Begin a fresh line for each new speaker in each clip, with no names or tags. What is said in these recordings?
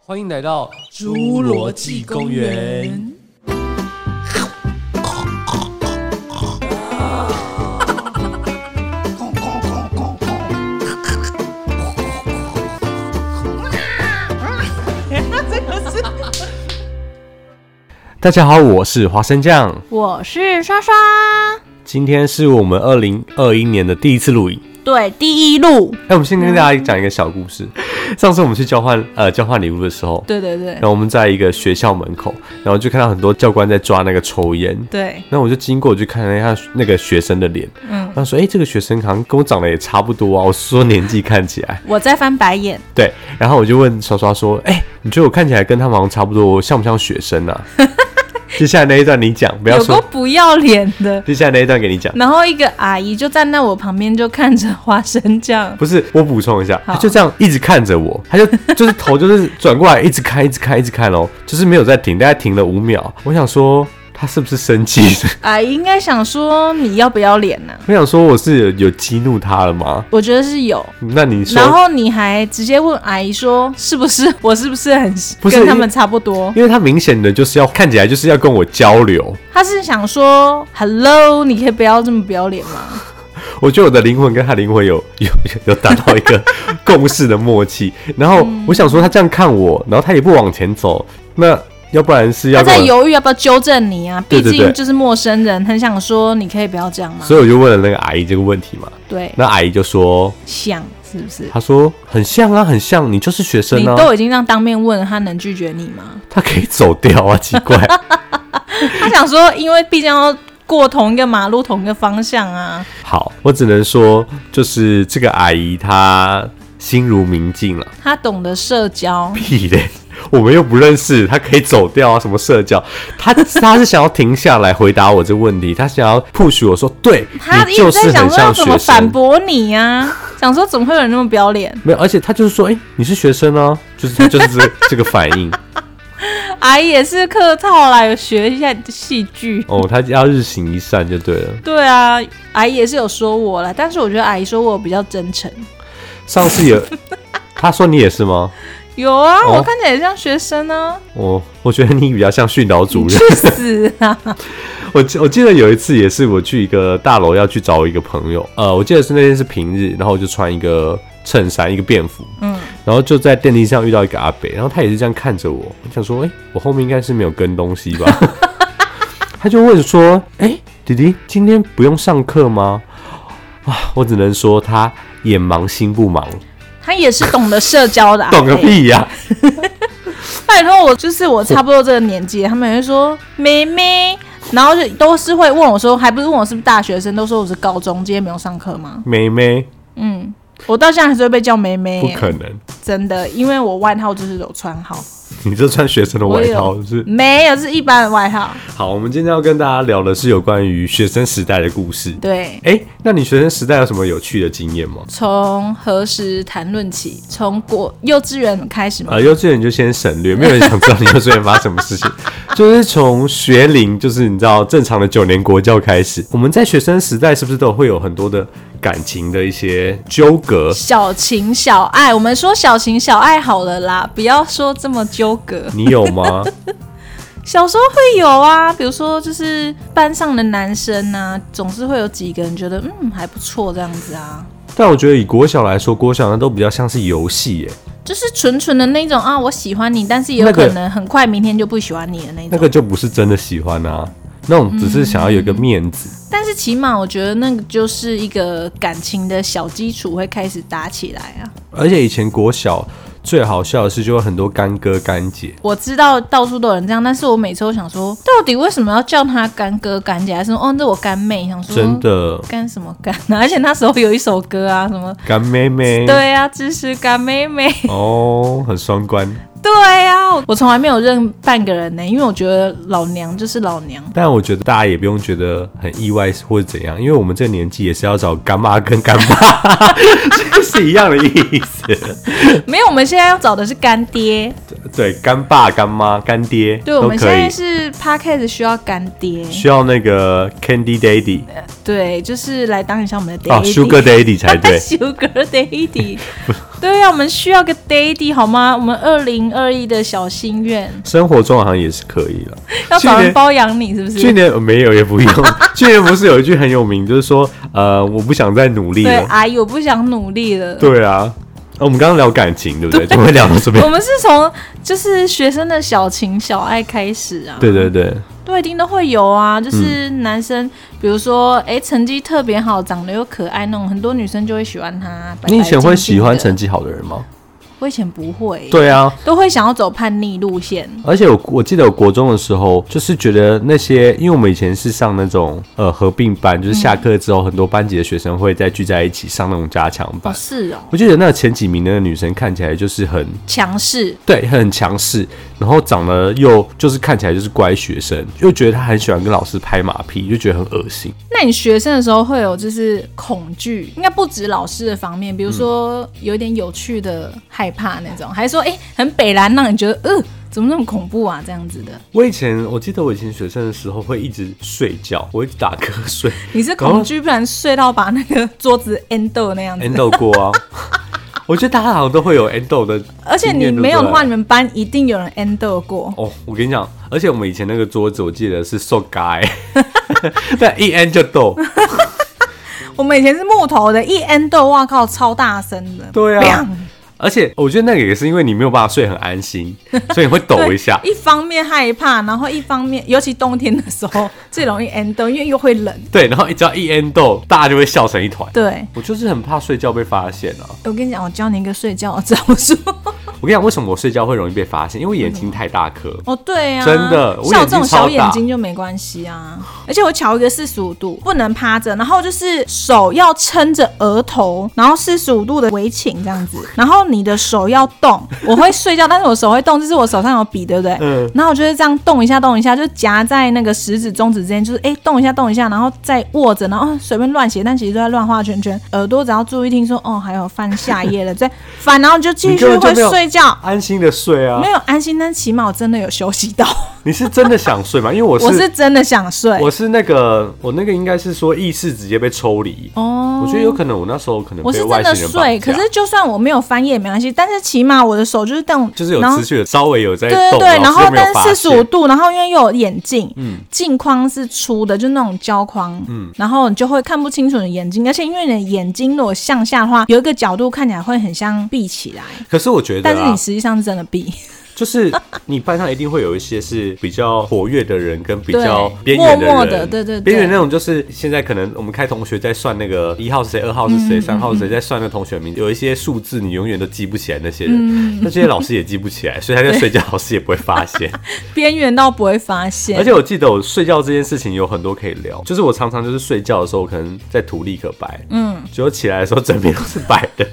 欢迎来到
侏罗纪公园。
大家好，我是花生酱，
我是刷刷，
今天是我们二零二一年的第一次录影。
对，第一路，
哎、我们先跟大家讲一个小故事。上次我们去交换呃交换礼物的时候，
对对对
然后我们在一个学校门口，然后就看到很多教官在抓那个抽烟。
对，
那我就经过，我就看了一下那个学生的脸，
嗯
嗯，他说：“哎、这个学生好像跟我长得也差不多啊。”我说年纪看起来，
我在翻白眼，
对，然后我就问刷刷说：“哎、你觉得我看起来跟他们好像差不多，我像不像学生 啊？”接下来那一段你讲，不要
有
说
个。不要脸的。
接下来那一段给你讲，
然后一个阿姨就站在我旁边，就看着花生酱。
不是我补充一下，
好
他就这样一直看着我，他就 就是头就是转过来，一直看，一直看，一直看哦，就是没有在停，大概停了五秒。我想说他是不是生气？
阿姨应该想说你要不要脸呢、
我想说我是有有激怒他了吗？
我觉得是有。
那你说，
然后你还直接问阿姨说是不是 我是不是很
不是
跟他
因为
们差不多？
因为他明显的就是要看起来就是要跟我交流，
他是想说 hello，你可以不要这么不要脸吗？
我觉得我的灵魂跟他灵魂有有有达到一个共识的默契。 然后
嗯
我想说他这样看我，然后他也不往前走，那要不然是要
他
跟
在
我
犹豫要不要纠正你啊，
对
毕
对对
竟就是陌生人，很想说你可以不要这样吗？
所以我就问了那个阿姨这个问题嘛，
对，
那阿姨就说，
像是不是？
她说很像啊，很像，你就是学生
你
啊，
都已经让当面问了，他能拒绝你 吗？
她可以走掉啊，奇怪，
他想说，因为毕竟要过同一个马路、同一个方向啊。
好，我只能说就是这个阿姨她心如明镜了。
他懂得社交，
屁嘞！ 我们又不认识，他可以走掉啊，什么社交？他他是想要停下来回答我这个问题，他想要 push 我说，对
他
你
一
就
直
是
在想
很
说要
像
怎么
学
反
生。
驳你呀、啊，想说怎么会有人那么不要脸？
没有，而且他就是说，哎、你是学生啊，就是他就是这这个 反应
阿姨也是客套啦，有学一下戏剧。
哦，他要日行一善就对了。
对啊，阿姨也是有说我啦，但是我觉得阿姨说我比较真诚。
上次也，他说你也是吗？
有啊，
哦
我看起来也像学生啊，
我我觉得你比较像训导主
你
任。
去死啊！
我记我记得有一次也是我去一个大楼要去找我一个朋友，呃，我记得是那天是平日，然后我就穿一个衬衫一个便服，
嗯，
然后就在电梯上遇到一个阿北，然后他也是这样看着我，我想说，哎、我后面应该是没有跟东西吧？ 他就问说，哎、弟弟，今天不用上课吗？啊，我只能说他眼盲心不忙，
他也是懂得社交的、啊，
懂个
哎！
屁呀、
拜托我，就是我差不多这个年纪，他们也会说妹 妹，然后就都是会问我说，还不是问我是不是大学生，都说我是高中，今天没有上课吗？
妹妹，
嗯，我到现在还是会被叫妹妹
不
耶，
可能，
真的，因为我外套就是有穿好，
你这穿学生的
我
外
有嗯
套是？
没有是一般的外套，
好，我们今天要跟大家聊的是有关于学生时代的故事。
对。
哎、那你学生时代有什么有趣的经验吗？
从何时谈论起？从国幼稚园开始吗？
呃，幼稚园就先省略，没有人想知道你幼稚园发生什么事情。 就是从学龄，就是你知道正常的九年国教开始，我们在学生时代是不是都会有很多的感情的一些纠葛？
小情小爱，我们说小情小爱好了啦，不要说这么纠葛。
你有吗？
小时候会有啊，比如说就是班上的男生啊，总是会有几个人觉得嗯还不错这样子啊，
但我觉得以国小来说，国小那都比较像是游戏耶，
就是纯纯的那种啊，我喜欢你，但是也有
那个
可能很快明天就不喜欢你的那种。
那个就不是真的喜欢啊，那种只是想要有一个面子。
但是起码我觉得那个就是一个感情的小基础会开始打起来啊。
而且以前国小最好笑的是，就有很多干哥干姐，
我知道到处都有人这样，但是我每次都想说，到底为什么要叫他干哥干姐，还是说哦这我干妹？想说
真的
干什么干 啊？而且那时候有一首歌啊，什么
干妹妹。
对啊，支持干妹妹，
哦，很双关。
对啊，我我从来没有认半个人呢、因为我觉得老娘就是老娘。
但我觉得大家也不用觉得很意外或者怎样，因为我们这个年纪也是要找干妈跟干爸， 是一样的意思。
没有，我们现在要找的是干爹，
对，干爸、干妈、干爹
对，我
都
们现
可以
在，是 podcast 需要干爹，
需要那个 Candy Daddy
对，就是来当一下我们的 daddy。。
哦，Sugar Daddy 才对
Sugar Daddy，对呀、啊，我们需要个 Daddy 好吗？我们二零二一的小心愿，
生活中好像也是可以了。
要
去
找人
年
包养你是不
去
是？
年呃没有也不 用，去年不是有一句很有名，就是说呃我不想再努力
对，
了。
阿姨，我不想努力了。
对啊，呃我们刚刚聊感情，对不对？怎么会聊到这边
我？们是从就是学生的小情小爱开始啊，
对对对，
对，一定都会有啊。就是
嗯
男生，比如说，哎、成绩特别好，长得又可爱那种，很多女生就会喜欢他。白
你以前会喜欢
白净净
成
的？
绩好的人吗？
我以前不会，，
对啊，
都会想要走叛逆路线。
而且我我记得我国中的时候，就是觉得那些，因为我们以前是上那种呃合并班，就是下课之后很多班级的学生会再聚在一起上那种加强
哦，
班。
是哦，
我就觉得那个前几名的那个女生看起来就是很
强势。
对，很强势，然后长得又就是看起来就是乖学生，又觉得她很喜欢跟老师拍马屁，就觉得很恶心。
那你学生的时候会有就是恐惧，应该不止老师的方面，比如
嗯
说有一点有趣的害怕那种，还是说哎、诶很北蓝，让你觉得呃怎么那么恐怖啊这样子的？
我以前我记得我以前学生的时候会一直睡觉，我会打瞌睡，
你是恐惧，不然睡到把那个桌子 end 到那样子。
endo 过啊。 我觉得大家好像都会有 endo 的经验，
而且你
对不
没有的
对
话，你们班一定有人 end 到过。
哦，我跟你讲，而且我们以前那个桌子，我记得是塑胶 欸，但一按就抖。
我们以前是木头的，一 end 到，哇靠，超大声的。
对啊
砰，
而且我觉得那个也是因为你没有办法睡很安心，所以你会抖一 下。
对一方面害怕，然后一方面， 尤其冬天的时候最容易 end 到，因为又会冷。
对，然后只要一按抖，大家就会笑成一团。
对，
我就是很怕睡觉被发现啊！
我跟你讲，我教你一个睡觉的招数。
我跟你讲，为什么我睡觉会容易被发现？因为我眼睛太大颗。
哦，对啊，
真的我
像我
眼睛
这种小
超
眼
大
睛就没关系啊。而且我调一个四十五度，不能趴着，然后就是手要撑着额头，然后四十五度的围裙这样子，然后你的手要动。我会 睡觉，但是我手会动，就是我手上有笔，对不对？
嗯
然后我就会这样动一下，动一下，就夹在那个食指、中指之间，就是哎动一下，动一下，然后再握着，然后啊随便乱写，但其实都在乱画圈圈。耳朵只要注意听说，哦，还有翻下页了，再翻，然后你就继
你
续
根本就
会
没有
睡觉。
安心的睡啊
没！有安心，但起码我真的有休息到，
你是真的想睡吗？因为我是
我是真的想睡。
我是那个我那个应该是说意识直接被抽离。
哦，
我觉得有可能我那时候可能
我
被
是
外
真的
星人绑
睡，可
架
是就算我没有翻页也没关系，但是起码我的手就是动，
就是有
然后
持续的稍微有在
对对
动，
对，然
老师
后
又没有
但
发
是四十五
现嗯
度，然后因为又有眼镜，镜框是粗的，就那种胶框，然后你就会看不清楚你的眼睛，而且因为你的眼睛如果向下的话，有一个角度看起来会很像闭起来，
可是我觉得、
但是
啊
你，实际上是真的闭，
就是你班上一定会有一些是比较活跃的人，跟比
对
较边缘人。
默默的对对对
边缘那种就是现在可能我们开同学在算那个一号是谁，二号是
嗯
谁，三号是谁，在算那同学名，有一些数字你永远都记不起来那些
嗯
人，那这些老师也记不起来，所以他在睡觉，老师也不会发现。
边缘到不会发现，
而且我记得我睡觉这件事情有很多可以聊，就是我常常就是睡觉的时候，我可能在涂立可白，嗯，结果起来的时候整边都是白的，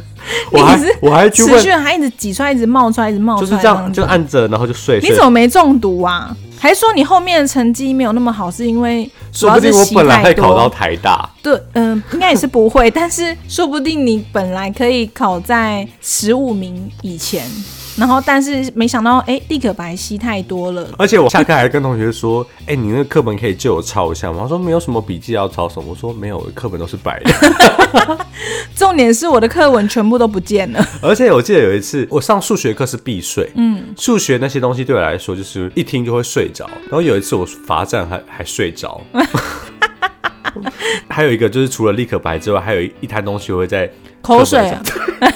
我还
你是
我还去
持
问
续还一直挤出来，一直冒出来，一直冒出
就
来，
是这样，就按着，然后就睡。
你
睡
怎么没中毒啊？还说你后面的成绩没有那么好，是因为主
说
要
不
是
定我
吸
本来
太
会考
多
到台大，
对，嗯、应该也是不会，但是说不定你本来可以考在十五名以前，然后但是没想到，哎、立可白吸太多了。
而且我下课还跟同学说：“哎、你那个课本可以借我抄一下吗？”他说：“没有什么笔记要抄什么。”我说：“没有，课本都是白的。
重点是我的课文全部都不 见了，”
而且我记得有一
嗯
次，我上数学课是必睡，嗯，数学那些东西对我来说就是一听就会睡着。然后有一次我罚站还还睡 着。还有一个就是除了立可白之外，还有一滩东西我会在
口
课
水
本
啊
上，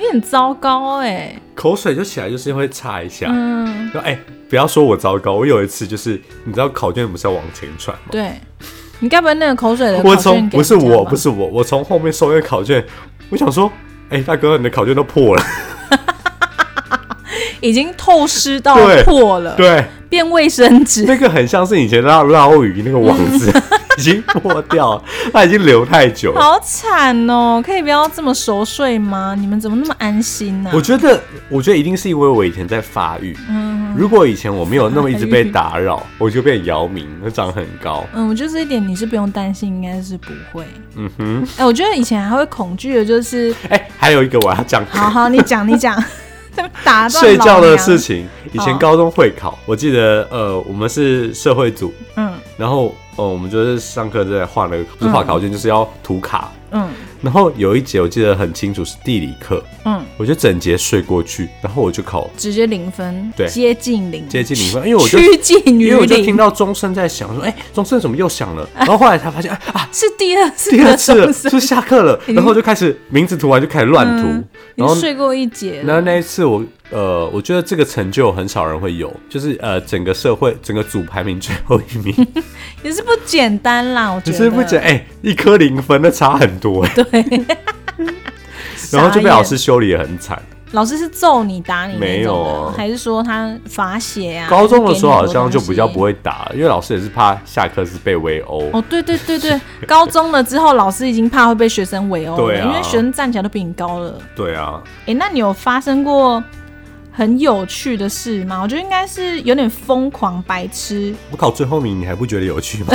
你很糟糕哎、
口水就起来就是会擦一下，
嗯，
然后哎、不要说我糟糕，我有一次就是，你知道考卷不是要往前传吗？
对，你该不会那个口水的
我
考卷
从
给
不是
人家
我，
吧
不是我，我从后面收那个考卷，我想说，哎、大哥，你的考卷都破 了，
已经透湿到
对
破了，
对，
变卫生纸。
那个很像是以前捞捞鱼那个网子已经破掉了，它已经留太久了。
好惨哦！可以不要这么熟睡吗？你们怎么那么安心呢、啊
我觉得，我觉得一定是因为我以前在发育。如果以前我没有那么一直被打扰，我就变姚明，我长很高。
嗯，我觉得这一点你是不用担心，应该是不会。
嗯哼，
哎、我觉得以前还会恐惧的，就是
哎、还有一个我要讲，
好好，你讲，你讲。 打断
睡觉
啊老
的
娘
事，情，以前
哦
高中会考，我记得呃，我们是社会组，
嗯
然后呃，我们就是上课就在画那个，不是画考卷，就是要涂卡。
嗯
然后有一节我记得很清楚是地理课，
嗯，
我就整节睡过去，然后我就考
直接零分，
对
接近零，
接近零分，因为我就
趋近于
因为我就听
零，
到钟声在响，说哎，钟声怎么又响了？然后后来才发现啊啊，
是第二次
第二次 了，
的
是
终
不
身
是下课了，然后就开始名字涂完就开始乱涂
嗯，
然
你
后
睡过一节
然
了，
后那一次我呃，我觉得这个成就很少人会有，就是呃，整个社会整个组排名最后一 名，
也是不简单啦，我
只
觉得
是不简哎、一颗零分那差很多哎、 然后就被老师修理也很 惨。
老师是揍你打你那
没有
种的
啊
还是说他罚写啊？
高中的时候好像就比较不
会。
会打了，因为老师也是怕下课是被围殴。
哦，对对对对， 高中了之后，老师已经怕会被学生围殴了，
对啊
因为学生站起来都比你高了。
对啊，
哎，那你有发生过很有趣的事吗？我觉得应该是有点疯狂白痴，
我考最后名，你还不觉得有趣吗？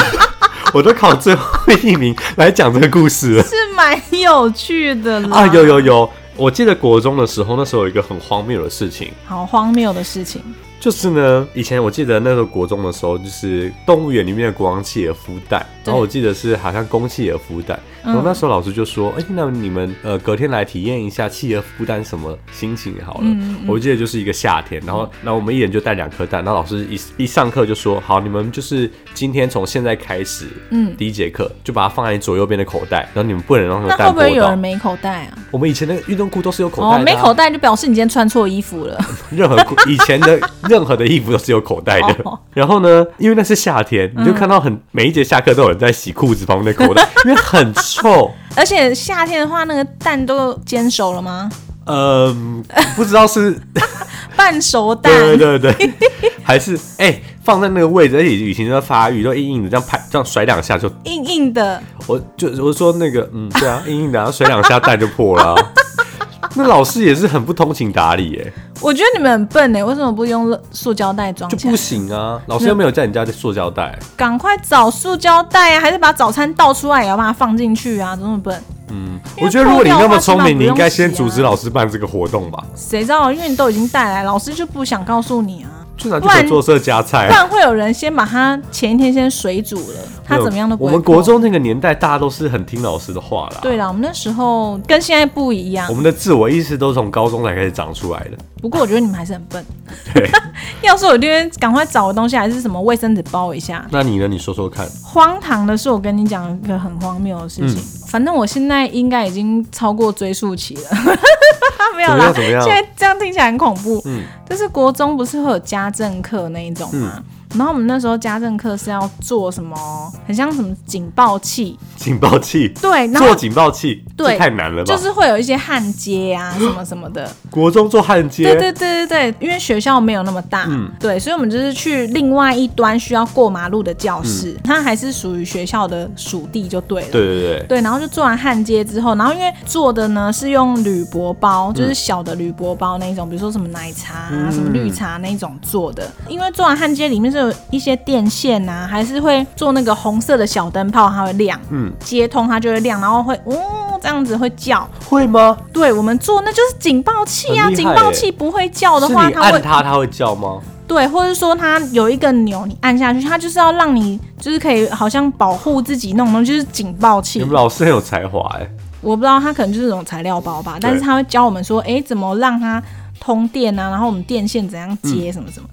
我都考最后一名来讲这个故事了。
是蛮有趣的啦。
啊，有，有有，我记得国中的时候，那时候有一个很荒谬的事情，
好荒谬的事情。
就是呢，以前我记得那时候国中的时候，就是动物园里面的国王企鹅孵蛋，然后我记得是好像公企鹅孵蛋，然
嗯
后那时候老师就说，哎、那你们呃隔天来体验一下企鹅孵蛋什么心情好了。
嗯
我记得就是一个夏天，然后然后我们一人就带两颗蛋，然后老师一一上课就说，好，你们就是今天从现在开始，
嗯
第一节课就把它放在你左右边的口袋，然后你们不能让那个
那会
蛋
不会
破
有人
到。
没口袋啊？
我们以前那个运动裤都是有口袋的、啊
哦，没口，袋就表示你今天穿错衣服 了。
任何裤以前的任何的衣服都是有口袋的
哦。
然后呢，因为那是夏天，你就看到很每一节下课都有人在洗裤子旁边的口袋，因为很臭。
而且夏天的话，那个蛋都煎熟 了吗？
嗯，不知道是
半熟蛋。
对对对对，还是哎、放在那个位置，而且以前都在发育，都硬硬的，这样拍这样甩两下就，
硬硬的，
我就我说那个嗯，对啊，硬硬的、啊，甩两下蛋就破了啊、 那老师也是很不通情达理耶、
我觉得你们很笨欸呢，为什么不用了塑胶袋装
就
起
不
来？
行啊！老师又没有叫你家的塑胶袋，
赶快找塑胶袋啊，还是把早餐倒出来也要把它放进去啊？这么笨，因为
嗯我觉得如果你那么聪
破掉的话
明，你应该先
起
阻
码不用洗啊
止老师办这个活动吧？
谁知道？因为你都已经带来，老师就不想告诉你啊，
就拿去
不然
给做色加菜
不
啊。
然会有人先把它前一天先水煮了，它怎么样都不
我
会
们
破
国中那个年代，大家都是很听老师的话啦。
对啦，我们那时候跟现在不一样
我。们的自我意识都从高中才开始长出来的。
不过我觉得你们还是很笨。
对，
要是我这边赶快找个东西，还是什么卫生纸包一下，
那你呢？你说说看。
荒唐的是，我跟你讲一个很荒谬的事情。反正我现在应该已经超过追溯期了，没有
怎么
啦。
样怎么样
现在这样听起来很恐怖。
嗯
就是国中不是会有家政课那一种吗？然后我们那时候家政课是要做什么？很像什么警报器，
警报器，
对，然
做
后
警报器，
对
这太难了吧？
就是会有一些焊接啊什么什么的。
国中做焊接，
对对对对对，因为学校没有那么大，
嗯
对，所以我们就是去另外一端需要过马路的教室，它还是属于学校的属地就对了。
对对对
对，然后就做完焊接之后，然后因为做的呢是用铝箔包，
嗯
就是小的铝箔包那一种，比如说什么奶茶啊、什么绿茶那一种做的。因为做完焊接里面是有一些电线啊，还是会做那个红色的小灯泡，它会亮，
嗯，
接通它就会亮，然后会哦这样子会叫。
会吗？
对我们做那就是警报器啊，
很厉害
警
欸
报器不会叫的
是
话，
你
它会
按它，它会嗯叫吗？
对，或者说它有一个钮，你按下去，它就是要让你就是可以好像保护自己那种东西，就是警报器。
你们老师很有才华哎。
我不知道它可能就是那种材料包吧，但是它会教我们说，哎、怎么让它通电啊，然后我们电线怎样接，什么什么。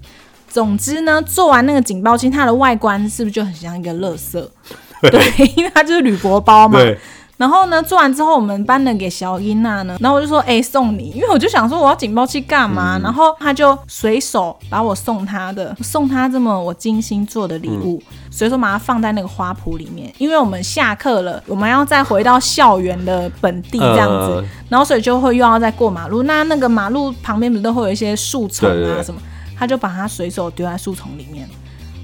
总之呢，做完那个警报器，它的外观是不是就很像一个垃圾？对，因为它就是铝箔包嘛。
对，
然后呢，做完之后我们班的给小英娜呢，然后我就说，哎、送你，因为我就想说我要警报器干
嗯
嘛？然后他就随手把我送他的，送他这么我精心做的礼物，
嗯
随手把它放在那个花圃里面，因为我们下课了，我们要再回到校园的本地这样子，
呃
然后所以就会又要再过马路，那那个马路旁边不是都会有一些树丛
对对
啊
对
什么，他就把它随手丢在树丛里面。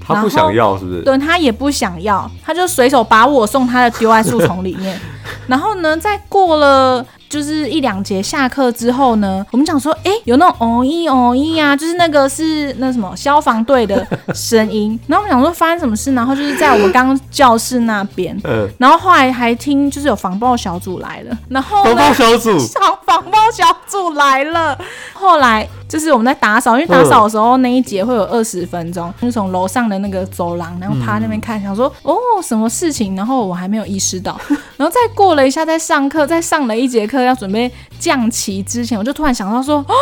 他不想要是不是？
对他也不想要，他就随手把我送他的丢在树丛里面。然后呢，再过了就是一两节下课之后呢，我们想说，哎、有那种哦一哦一啊，就是那个是那什么消防队的声音。然后我们想说发生什么事，然后就是在我们刚刚教室那边，
嗯，
然后后来还听就是有防暴小组来了，然后
包
呢
包小组，
上防暴小组来了。后来就是我们在打扫，因为打扫的时候那一节会有二十分钟，就从楼上的那个走廊，然后趴那边看，想说哦什么事情，然后我还没有意识到，然后再过了一下，在上课，在上了一节课要准备降旗之前，我就突然想到说哦。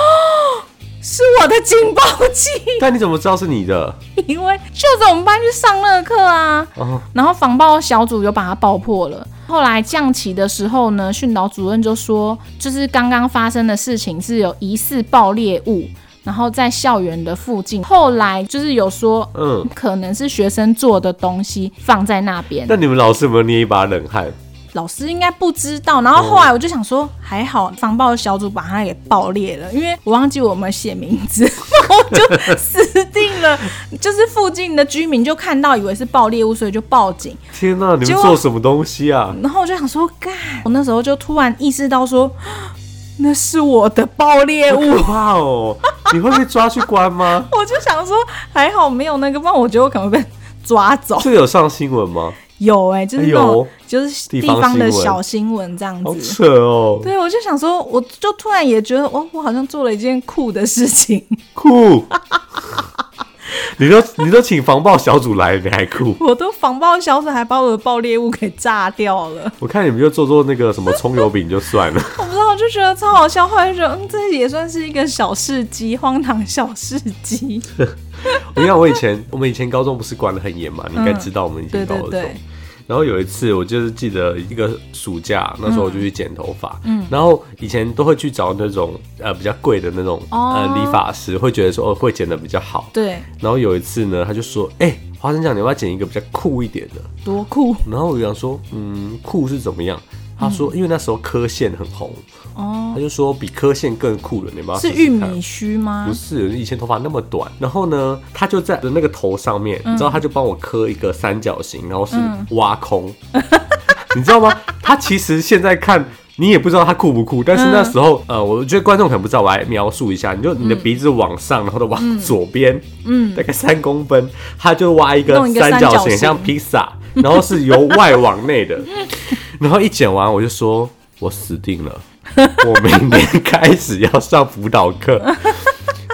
是我的警报器，
但你怎么知道是你的？
因为就是我们班去上那个课啊，
哦，
然后防爆小组就把它爆破了。后来降旗的时候呢，训导主任就说，就是刚刚发生的事情是有疑似爆裂物，然后在校园的附近。后来就是有说，
嗯，
可能是学生做的东西放在那边
那，你们老师有没有捏一把冷汗？
老师应该不知道。然后
哦
后来我就想说，还好防爆小组把它给爆裂了，因为我忘记我们写名字， 我就死定了。就是附近的居民就看到，以为是爆裂物，所以就报警。
天哪、你
结
们
果
做什么东西啊？
然后我就想说，干！我那时候就突然意识到说， 那是我的爆裂物。
可怕 哦！你会被抓去关吗？
我就想说，还好没有那个，不然我觉得我可能会被抓走。
这个有上新闻吗？
有哎、就是
哎
那种
呦
就是地
地方
方的
新闻
小新闻这样
好
子。
扯哦，
对，我就想说，我就突然也觉得，哦，我好像做了一件酷的事情。
酷！你都你都请防爆小组来，你还酷？
我都防爆小组还把我的爆裂物给炸掉了，
我看你们就做做那个什么葱油饼就算了，
我不知道，我就觉得超好笑。后来就觉得，嗯，这也算是一个小事迹，荒唐小事迹。
你看我以前，我们以前高中不是管得很严嘛？你应该知道我们以前
对
高中。
对嗯对，
然后有一次，我就是记得一个暑假，那时候我就去剪头发。嗯。然后以前都会去找那种呃比较贵的那种、
哦
呃理发师，会觉得说、哦、会剪的比较好。
对，
然后有一次呢，他就说：“哎、花生酱，你要不要剪一个比较酷一点的
多酷？”
然后我就想说：“嗯，酷是怎么样？”他说：“因为那时候科线很红，
哦！
他就说比科线更酷的，你要不要试
是
试
玉
看
米须吗
不？是，以前头发那么短，然后呢，他就在那个头上面，你知道，他就帮我刻一个三角形，然后是
嗯
挖空， 你知道吗？他其实现在看。你也不知道他酷不
嗯
酷，但是那时候，呃，我觉得观众可能不知道，我来描述一下，你就你的鼻子往上，然后都往左边，嗯，大概三公分，他就挖一个
弄一个
三
三角
角形，
形
像披萨，然后是由外往内 的，然后一剪完我就说，我死定了， 我明年开始要上辅导 课，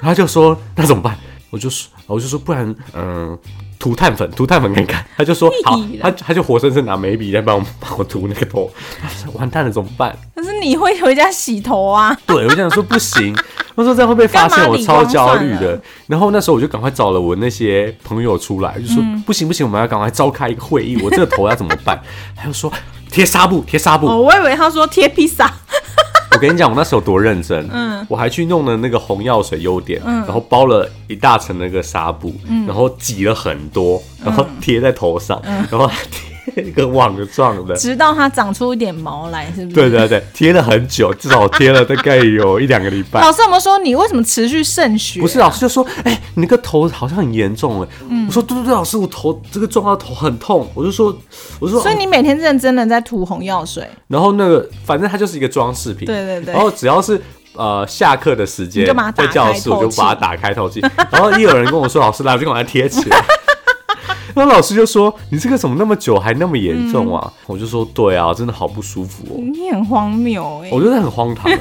他就说那怎么办？我就说，我就说不然，嗯，涂碳粉，涂碳粉看看。他就说好
屁，啦
他他就活生生拿眉笔在帮我帮我涂那个头。他说完蛋了，怎么办？
可是你会回家洗头啊？
对我就想说不行，我说这样会被发
干
现，
嘛
我
理
超
光
焦
算
虑的
了。
然后那时候我就赶快找了我那些朋友出来，就说、
嗯
不行不行，我们要赶快召开一个会议，我这个头要怎么办？他就说贴纱布，贴纱布。
哦，我以为他说贴披萨，
我跟你讲，我那时候多认真，嗯，我还去弄了那个红药水优点，
嗯
然后包了一大层那个纱布，然后挤了很多，
嗯
然后贴在头上，然后还贴一个网状的。
直到它长出一点毛来，是不是？
对。对对，贴了很久，至少贴了大概有一两个礼拜。
老师有没有说你为什么持续渗血？
不是，老师就说，哎、你那个头好像很严重哎。
嗯
我说对对对，老师，我头这个撞到头很痛。我就说，我说，
所以你每天认真的在涂红药水，
然后那个反正它就是一个装饰品，
对对对
然后只要是呃下课的时间
你就把它打
在
开
教室，我就把它打开透气。 然后一有人跟我说老师来，我就赶快贴起来。 那老师就说：“你这个怎么那么久还那么严重啊？”我就说：“对啊，真的好不舒服哦。
你很荒谬哎、
我觉得很荒唐哎、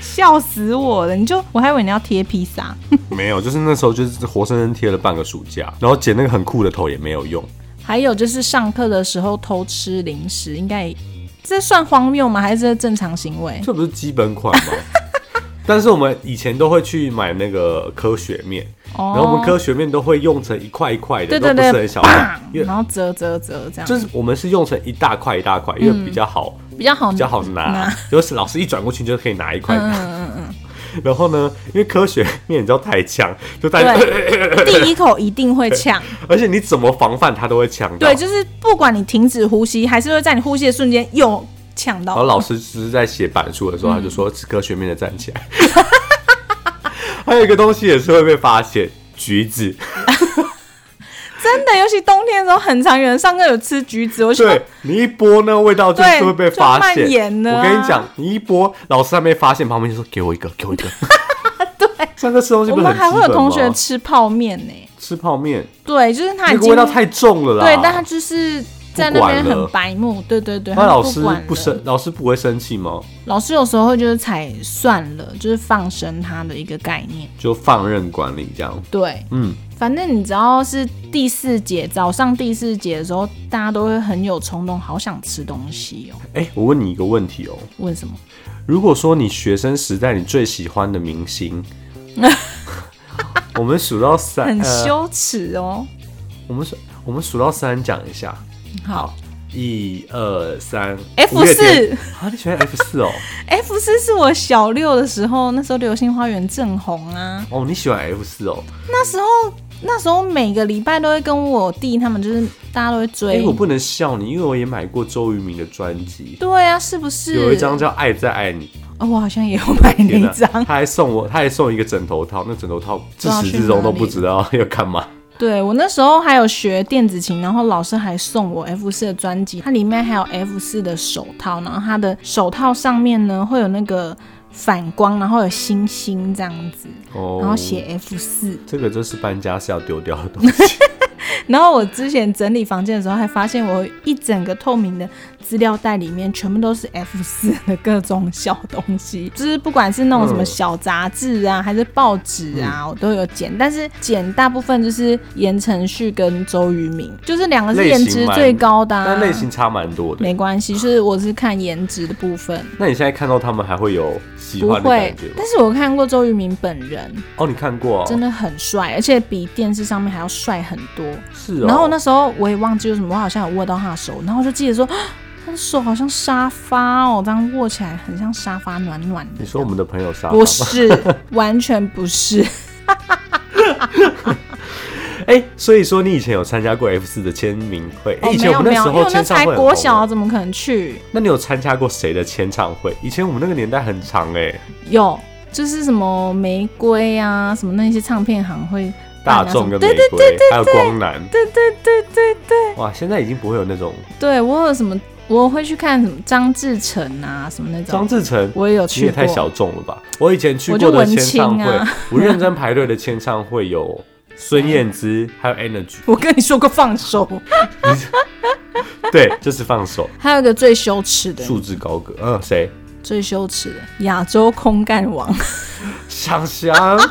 笑死我了！你就我还以为你要贴披萨，
没有，就是那时候就是活生生贴了半个暑假，然后剪那个很酷的头也没有用。
还有就是上课的时候偷吃零食，应该也这算荒谬吗？还是这正常行为？
这不是基本款吗？ 但是我们以前都会去买那个科学面，
哦
然后我们科学面都会用成一块一块的，
对
都
对
不是很
对，
小
啪
块，因为
然后折折折这样，
就是我们是用成一大块一大块，因为比较好
比较好
比较好拿
拿，
就是老师一转过去你就可以拿一块。
嗯
然后呢，因为科学面你知道太呛，就大家，
对，第一口一定会呛。
而且你怎么防范它都会呛到。
对，就是不管你停止呼吸，还是会在你呼吸的瞬间又呛
然后
到。
老师只是在写板书的
嗯
时候，他就说吃科学面的站起来。 还有一个东西也是会被发现，橘子。
真的，尤其冬天的时候，很常有人上课有吃橘子，我就
对你一播那个味道就是
对
会被发
就
现。
蔓延了啊
我跟你讲，你一播，老师还没发现，旁边就说给我一个，给 我一个。对，上课吃东西
我
不是
们
很基
还
本吗
会有同学吃泡面呢、
吃泡面，
对，就是他
那
已
个
经
味道太重了啦。
对，但他就是在那边很白目，对对对，
那
他
老
们
师
不管
不
了
生，老师不会生气吗？
老师有时候就是才算了，就是放生他的一个概念。
就放任管理这样。
对，
嗯，
反正你只要是第四节早上第四节的时候，大家都会很有冲动，好想吃东西哦。
哎、我问你一个问题哦，
问什么？
如果说你学生时代你最喜欢的明 星，我们数到三，
很
呃
羞耻哦。
我们数我们数到三讲一下，
好
一二三
F4
五月天啊，你喜欢 F 四哦？
，F 四是我小六的时候，那时候《流星花园》正红啊，
哦，你喜欢 F 四哦？
那时候。那时候每个礼拜都会跟我弟他们，就是大家都会
哎、
追。
我不能笑你，因为我也买过周渝民的专辑，
对啊，是不是？
有一张叫《爱在爱你》，
哦，我好像也有买 那
天
一
哪
张。
他还送我，他还送一个枕头套，那枕头套自
道
始
去
至终
哪
都
里
不知道要干嘛。
对我那时候还有学电子琴，然后老师还送我 F 四的专辑，它里面还有 F 四的手套，然后它的手套上面呢会有那个反光，然后有星星这样子，
哦，
然后写 F 四。
这个就是搬家是要丢掉的东 西。
然后我之前整理房间的时候，还发现我一整个透明的资料袋里面全部都是 F 四的各种小东西， 就是不管是那种什么
嗯
小杂志啊，还是报纸啊，我都有剪。但是剪大部分就是言承旭跟周渝民，就是两个是颜值最高的、啊
但。类型啊差蛮多的。
没关系，就是我是看颜值的部分，
那你现在看到他们还会有喜
不
欢的
会
感觉。吗
但？是我看过周渝民本人，
哦，你看过、哦？
真的很帅，而且比电视上面还要帅很多。
是哦。
然后那时候我也忘记有什么，我好像有握到他的手，然后我就记得说，啊他的手好像沙发哦，这样握起来很像沙发，暖暖的。
你说我们的朋友沙发
不是，完全不是。
哎、所以说你以前有参加过 F 四的签名会？哎
哦
以
没
前
有
我们
没有，
时
因为
候
我那
签唱
才
会很
国
红
小，
哎
怎么可能去？
那你有参加过谁的签唱会？以前我们那个年代很长哎、
有，就是什么玫瑰啊，什么那些唱片行会
大
办啊
众
什么
跟玫
对
瑰，
对对
还有光南。
对对对对对，
哇，现在已经不会有那种
对我有什么我会去看什么张志成啊，什么那
张
种，
志成。
我也有
你
去
也
过。
太小众了吧！我以前去
我
过
就
的
文
签唱
青
会，
啊
我认真排队的签唱会有孙燕姿，还有 Energy，
我跟你说过放手，
对，就是放手，
还有一个最羞耻的，
束之高阁。嗯，谁？
最羞耻的亚洲空干王，
想 翔，你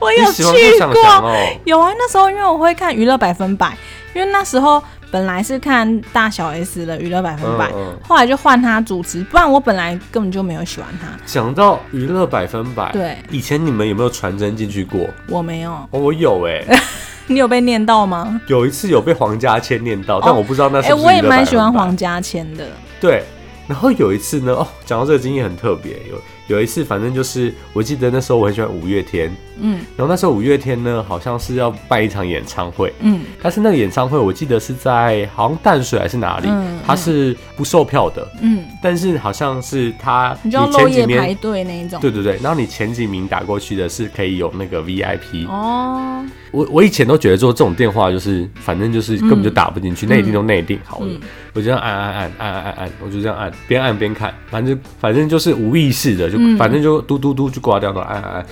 我有
喜
哎去
欢看想翔
过。
哦？
有啊，那时候因为我会看娱乐百分百，因为那时候本来是看大小 S 的娱乐百分百，
嗯嗯
后来就换他主持，不然我本来根本就没有喜欢他。
讲到娱乐百分百，
对，
以前你们有没有传真进去过？
我没有，
哦，我有哎、
你有被念到吗？
有一次有被黄家千念到，但我不知道那
哎、
是不是、
我也蛮喜欢黄。家千的，
对，然后有一次呢，哦，讲到这个经验很特别，有有一次反正就是我记得那时候我很喜欢五月天，
嗯
然后那时候五月天呢好像是要办一场演唱会，
嗯，
但是那个演唱会我记得是在好像淡水还是哪里，
嗯
它是不售票的，
嗯，
但是好像是它
你就要漏
前几
夜排
名，
队那一种。
对对对，然后你前几名打过去的是可以有那个 VIP，、
哦，
我我以前都觉得说这种电话就是反正就是根本就打不进去，内、定都内定好了，我就这样按按按按按按按，我就这样按，边按边看，反正反正就是无意识的，就、反正就嘟嘟嘟就挂掉了，按按按，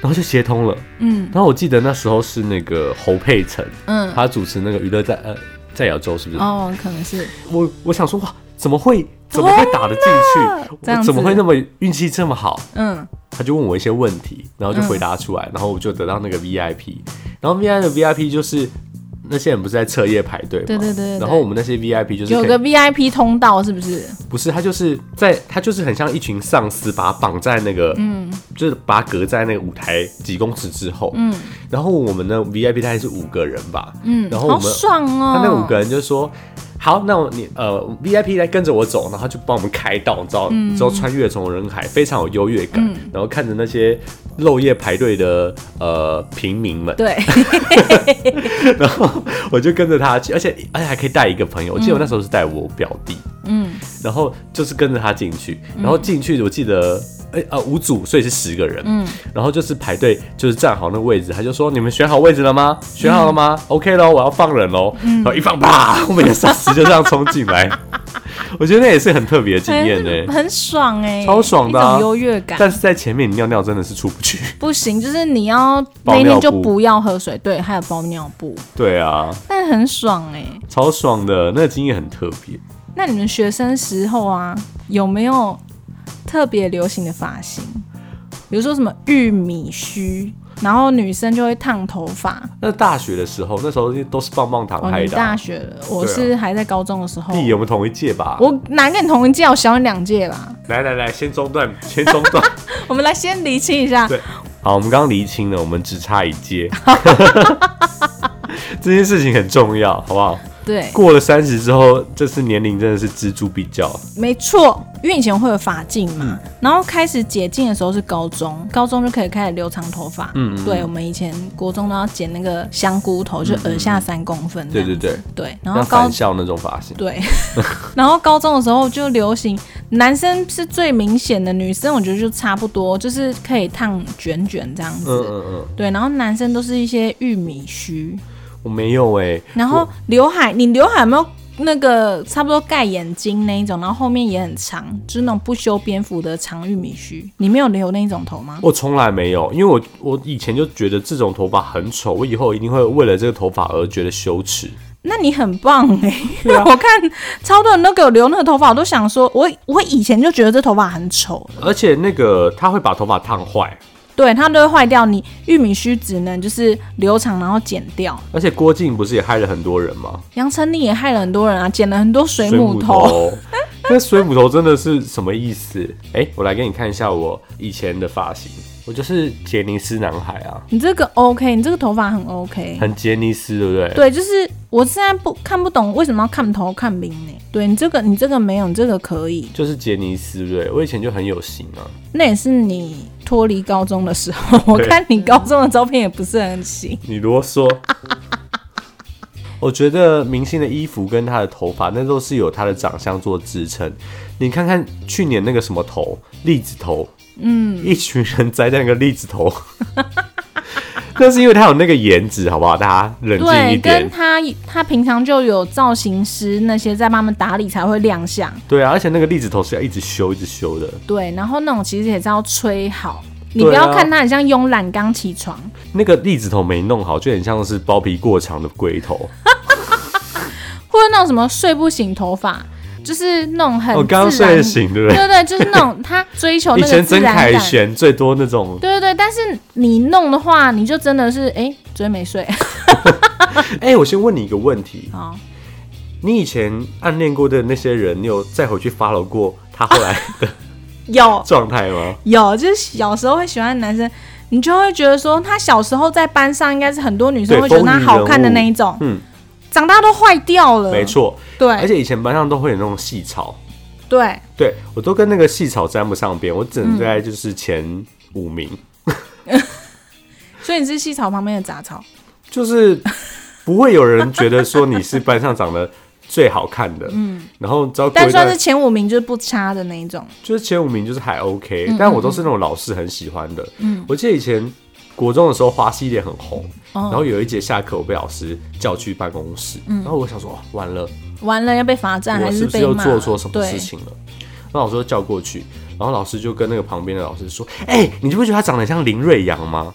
然后就接通了。
嗯
然后我记得那时候是那个侯佩岑，
嗯，
他主持那个娱乐在呃在亚洲是不是？
哦，可能是
我我想说哇，怎么会怎么会打得进去？
这样
我怎么
子
会那么运气这么好？
嗯
他就问我一些问题，然后就回答出来，然后我就得到那个 VIP，然后 VIP 的 VIP 就是那些人不是在彻夜排队吗？
对对对对对
然后我们那些 VIP 就是
有
可以
个 VIP 通道是不是？
不是他就是在他就是很像一群丧尸，把他绑在那个嗯，就是把他隔在那个舞台几公尺之后，嗯，然后我们呢 VIP 大概是五个人吧，
嗯，
然后我
好
们
爽哦。
他那五个人就说。好，那我你呃 VIP 来跟着我走，然后就帮我们开道，你知道，你知道穿越从人海，非常有优越感。然后看着那些漏夜排队的呃平民们，
对，
然后我就跟着他去，而且而且还可以带一个朋友，我记得我那时候是带我表弟，
嗯
然后就是跟着他进去，然后进去我记得哎啊五组，所以是十个人，嗯，然后就是排队，就是站好那个位置，他就说你们选好位置了吗？选好了吗、o
嗯
k 咯，我要放人喽，然后一放啪，后面的丧尸就这样冲进来， 我觉得那也是很特别的经验呢、
很很爽哎、
欸超爽的啊
一种优越感。
但是在前面你尿尿真的是出不去，
不行，就是你要那
包
一
尿布
天就不要喝水，对，还有包尿布，
对啊，
但很爽哎、
超爽的，那个经验很特别。
那你们学生时候啊，有没有特别流行的发型？比如说什么玉米须，然后女生就会烫头发。
那大学的时候，那时候都是棒棒糖
哦，
害
你
的啊、
大学了，我是还在高中的时候。
弟，我们同一届吧？
哦我哪跟你同一届？我小你两届吧。
来来来，先中断， 先中断。
我们来先厘清一下，
对，好，我们刚刚厘清了，我们只差一 届，这件事情很重要，好不好？
对，
过了三十之后，这次年龄真的是锱铢必较。
没错，因为以前会有发镜嘛，
嗯
然后开始解禁的时候是高中，高中就可以开始留长头发。嗯对，我们以前国中都要剪那个香菇头，
嗯
就耳下三公分
对
这样子。
对对，
对，然后
像
高
返校那种发型，
对，然后高中的时候就流行，男生是最明显的，女生我觉得就差不多，就是可以烫卷卷这样子。
嗯嗯嗯，
对，然后男生都是一些玉米须，
我没有哎、
然后刘海，你刘海有没有那个差不多盖眼睛那一种，然后后面也很长，就是那种不修边幅的长玉米须？你没有留那一种头吗？
我从来没有，因为我我以前就觉得这种头发很丑，我以后一定会为了这个头发而觉得羞耻。
那你很棒哎、
对啊
我看超多人都给我留那个头发，我都想说，我我以前就觉得这头发很丑，
而且那个他会把头发烫坏，
对，它都会坏掉。你玉米须只能就是留长，然后剪掉。
而且郭靖不是也害了很多人吗？
杨丞琳也害了很多人啊，剪了很多水母头。
头。 那水母头真的是什么意思？哎、我来给你看一下我以前的发型，我就是杰尼斯男孩啊，
你这个 OK，你这个头发很 OK。
很杰尼斯，对不对？
对，就是我现在不看不懂为什么要看头看明呢？对你这个你这个没有，你这个可以，
就是杰尼斯，对不对？我以前就很有型啊，
那也是你脱离高中的时候。我
对
看你高中的照片也不是很行。
你啰嗦。 我觉得明星的衣服跟他的头发，那都是有他的长相做支撑。你看看去年那个什么头，栗子头，嗯，一群人栽在那个栗子头， 那是因为他有那个颜值，好不好？大家冷静一
对，
点
跟。他他平常就有造型师那些在帮他们打理才会亮相。
对啊，而且那个栗子头是要一直修一直修的，
对，然后那种其实也是要吹好，你
对
不要
啊
看他很像慵懒刚起床，
那个栗子头没弄好，就很像是包皮过长的龟头。
或者那种什么睡不醒头发，就是那种很
我哦刚刚
自然
睡醒，对不对？
对对，就是那种他追求
以
哦那个
前
自
曾
然
凯
感。
旋最多那种，
对对对，但是你弄的话，你就真的是哎，昨天没睡。
哎、我先问你一个问题：
好，
你以前暗恋过的那些人，你有再回去 follow 过他后来 的
有
状态吗？
有，就是小时候会喜欢的男生，你就会觉得说他小时候在班上应该是很多女生
对
会觉得
风
他
云
好
人
看的
物
那一种，
嗯，
长大都坏掉了。
没，错。而
呃对
且以前班上都会有那种细草，
对，
对我都跟那个细草沾不上边，我只能在就是前五名，
所以你是细草旁边的杂草。
就是不会有人觉得说你是班上长得最好看的，嗯，然后只要过
但
一段
算是前五名就是不差的那一种。
就是前五名就是还 OK，、但
嗯
我都是那种老师很喜欢的。嗯，我记得以前国中的时候，花系列很红，
哦
然后有一节下课，我被老师叫去办公室，然后我想说，哇完了，
完了要被罚站
我
嗯还
是不是
被
又
骂？
做错什么
对
事？情了？然后老师就叫过去，然后老师就跟那个旁边的老师说：“哎、你就不觉得他长得像林瑞阳吗？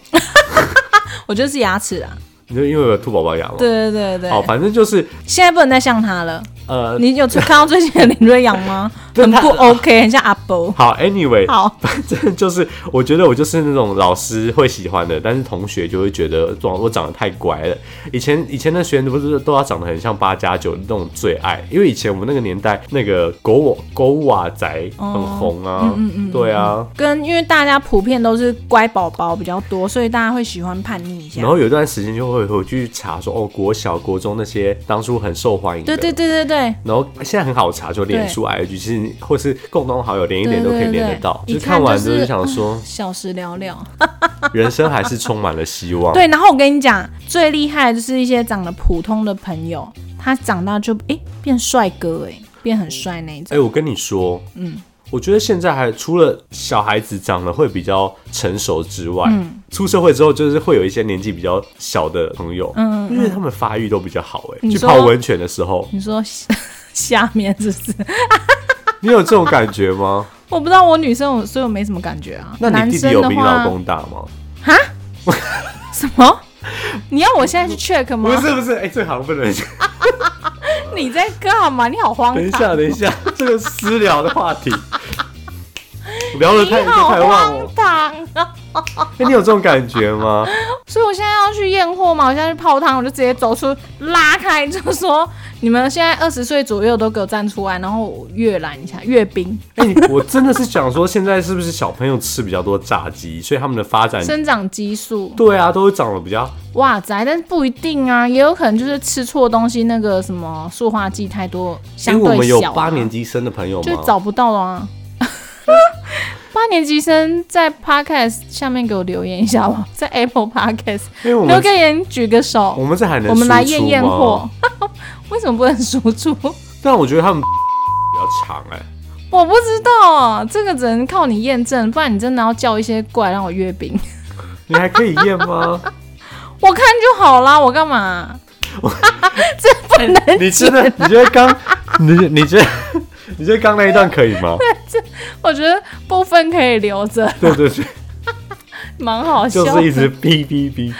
我觉得是牙齿啊。
你就因为有兔宝宝牙嘛。”
对对对
哦，
对，
反正就是
现在不能再像他了。
呃，
你有看到最近的林瑞阳 吗？很不 OK，很像阿伯。
好，anyway，
好，
反 正就是，我觉得我就是那种老师会喜欢的，但是同学就会觉得长我长得太乖了。以前以前的学生不是都要长得很像八加九那种最爱，因为以前我们那个年代那个狗瓦狗瓦仔很
哦
红啊，嗯嗯对啊。
跟因为大家普遍都是乖宝宝比较多，所以大家会喜欢叛逆一下
然。后有一段时间就会回去查说，哦，国小、国中那些当初很受欢迎的，
对对对对对，
然后现在很好查，就脸书、IG，其实或是共同好友连一连都可以连得到。
对
就
对对对
是看完
一看就
之
是
后就想 说，
小时聊聊。
人生还是充满了希望。
对，然后我跟你讲，最厉害的就是一些长得普通的朋友，他长大就哎、诶变帅哥哎、诶变很帅那一
哎、
种。
我跟你说，嗯，我觉得现在还除了小孩子长得会比较成熟之外，
嗯
出社会之后就是会有一些年纪比较小的朋友，嗯，因为他们发育都比较好、欸，哎，
你
去
说
泡温泉的时 候，
你说下面是不是？
你有这种感觉吗？
我不知道，我女生我所以我没什么感觉啊。
那
男
你弟弟
生
有
的
比你
话
老公大吗？
什么？你要我现在去 check
不
吗？
是不是，哎、这行不能。
你在干嘛？你好荒唐！
等一下，等一下， 这个私聊的话题， 聊的太
你好
太旺
荒
了。
唐啊！
哎、你有这种感觉吗？
所以我现在要去验货嘛，我现在去泡汤，我就直接走出拉开，就说你们现在二十岁左右都给我站出来，然后我阅览一下阅兵，
哎、你我真的是想说，现在是不是小朋友吃比较多炸鸡，所以他们的发展？
生长激素。
对啊，都会长得比较
哇塞，但是不一定啊，也有可能就是吃错东西，那个什么塑化剂太多，相
因哎为我
对
们有
小、啊。
八年级生的朋友
就
吗？
找不到了啊。八年级生在 Podcast 下面给我留言一下吧，在 Apple Podcast
因为我
留
们
个言，举个
我
手，
们这还能
我们来
输出
验验
吗
货。。 为什么不能输出？
但我觉得他们 比较长哎、
我不知道啊，这个只能靠你验证，不然你真的要叫一些怪让我阅兵，
你还可以验吗？
我看就好啦，我干嘛？ 这不能，
你真的，你觉得刚你你觉得 你觉得刚那一段可以 吗？
我觉得部分可以留着，
对对对，
蛮好
就
笑的。
是一直哔哔哔。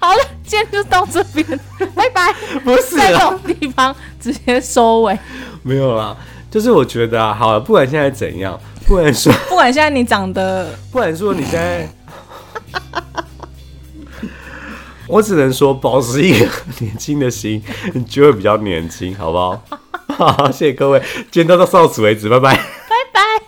好了，今天就到这边， 拜拜。
不是啊
在这
啦，
种地方直接收尾。
没有啦，就是我觉得啊，好了，不管现在怎样，不管说，
不管现在你长得
不管说你现在， 我只能说保持一个年轻的 心，你就会比较年轻，好不好？好，谢谢各位，今天都到到此为止，拜拜。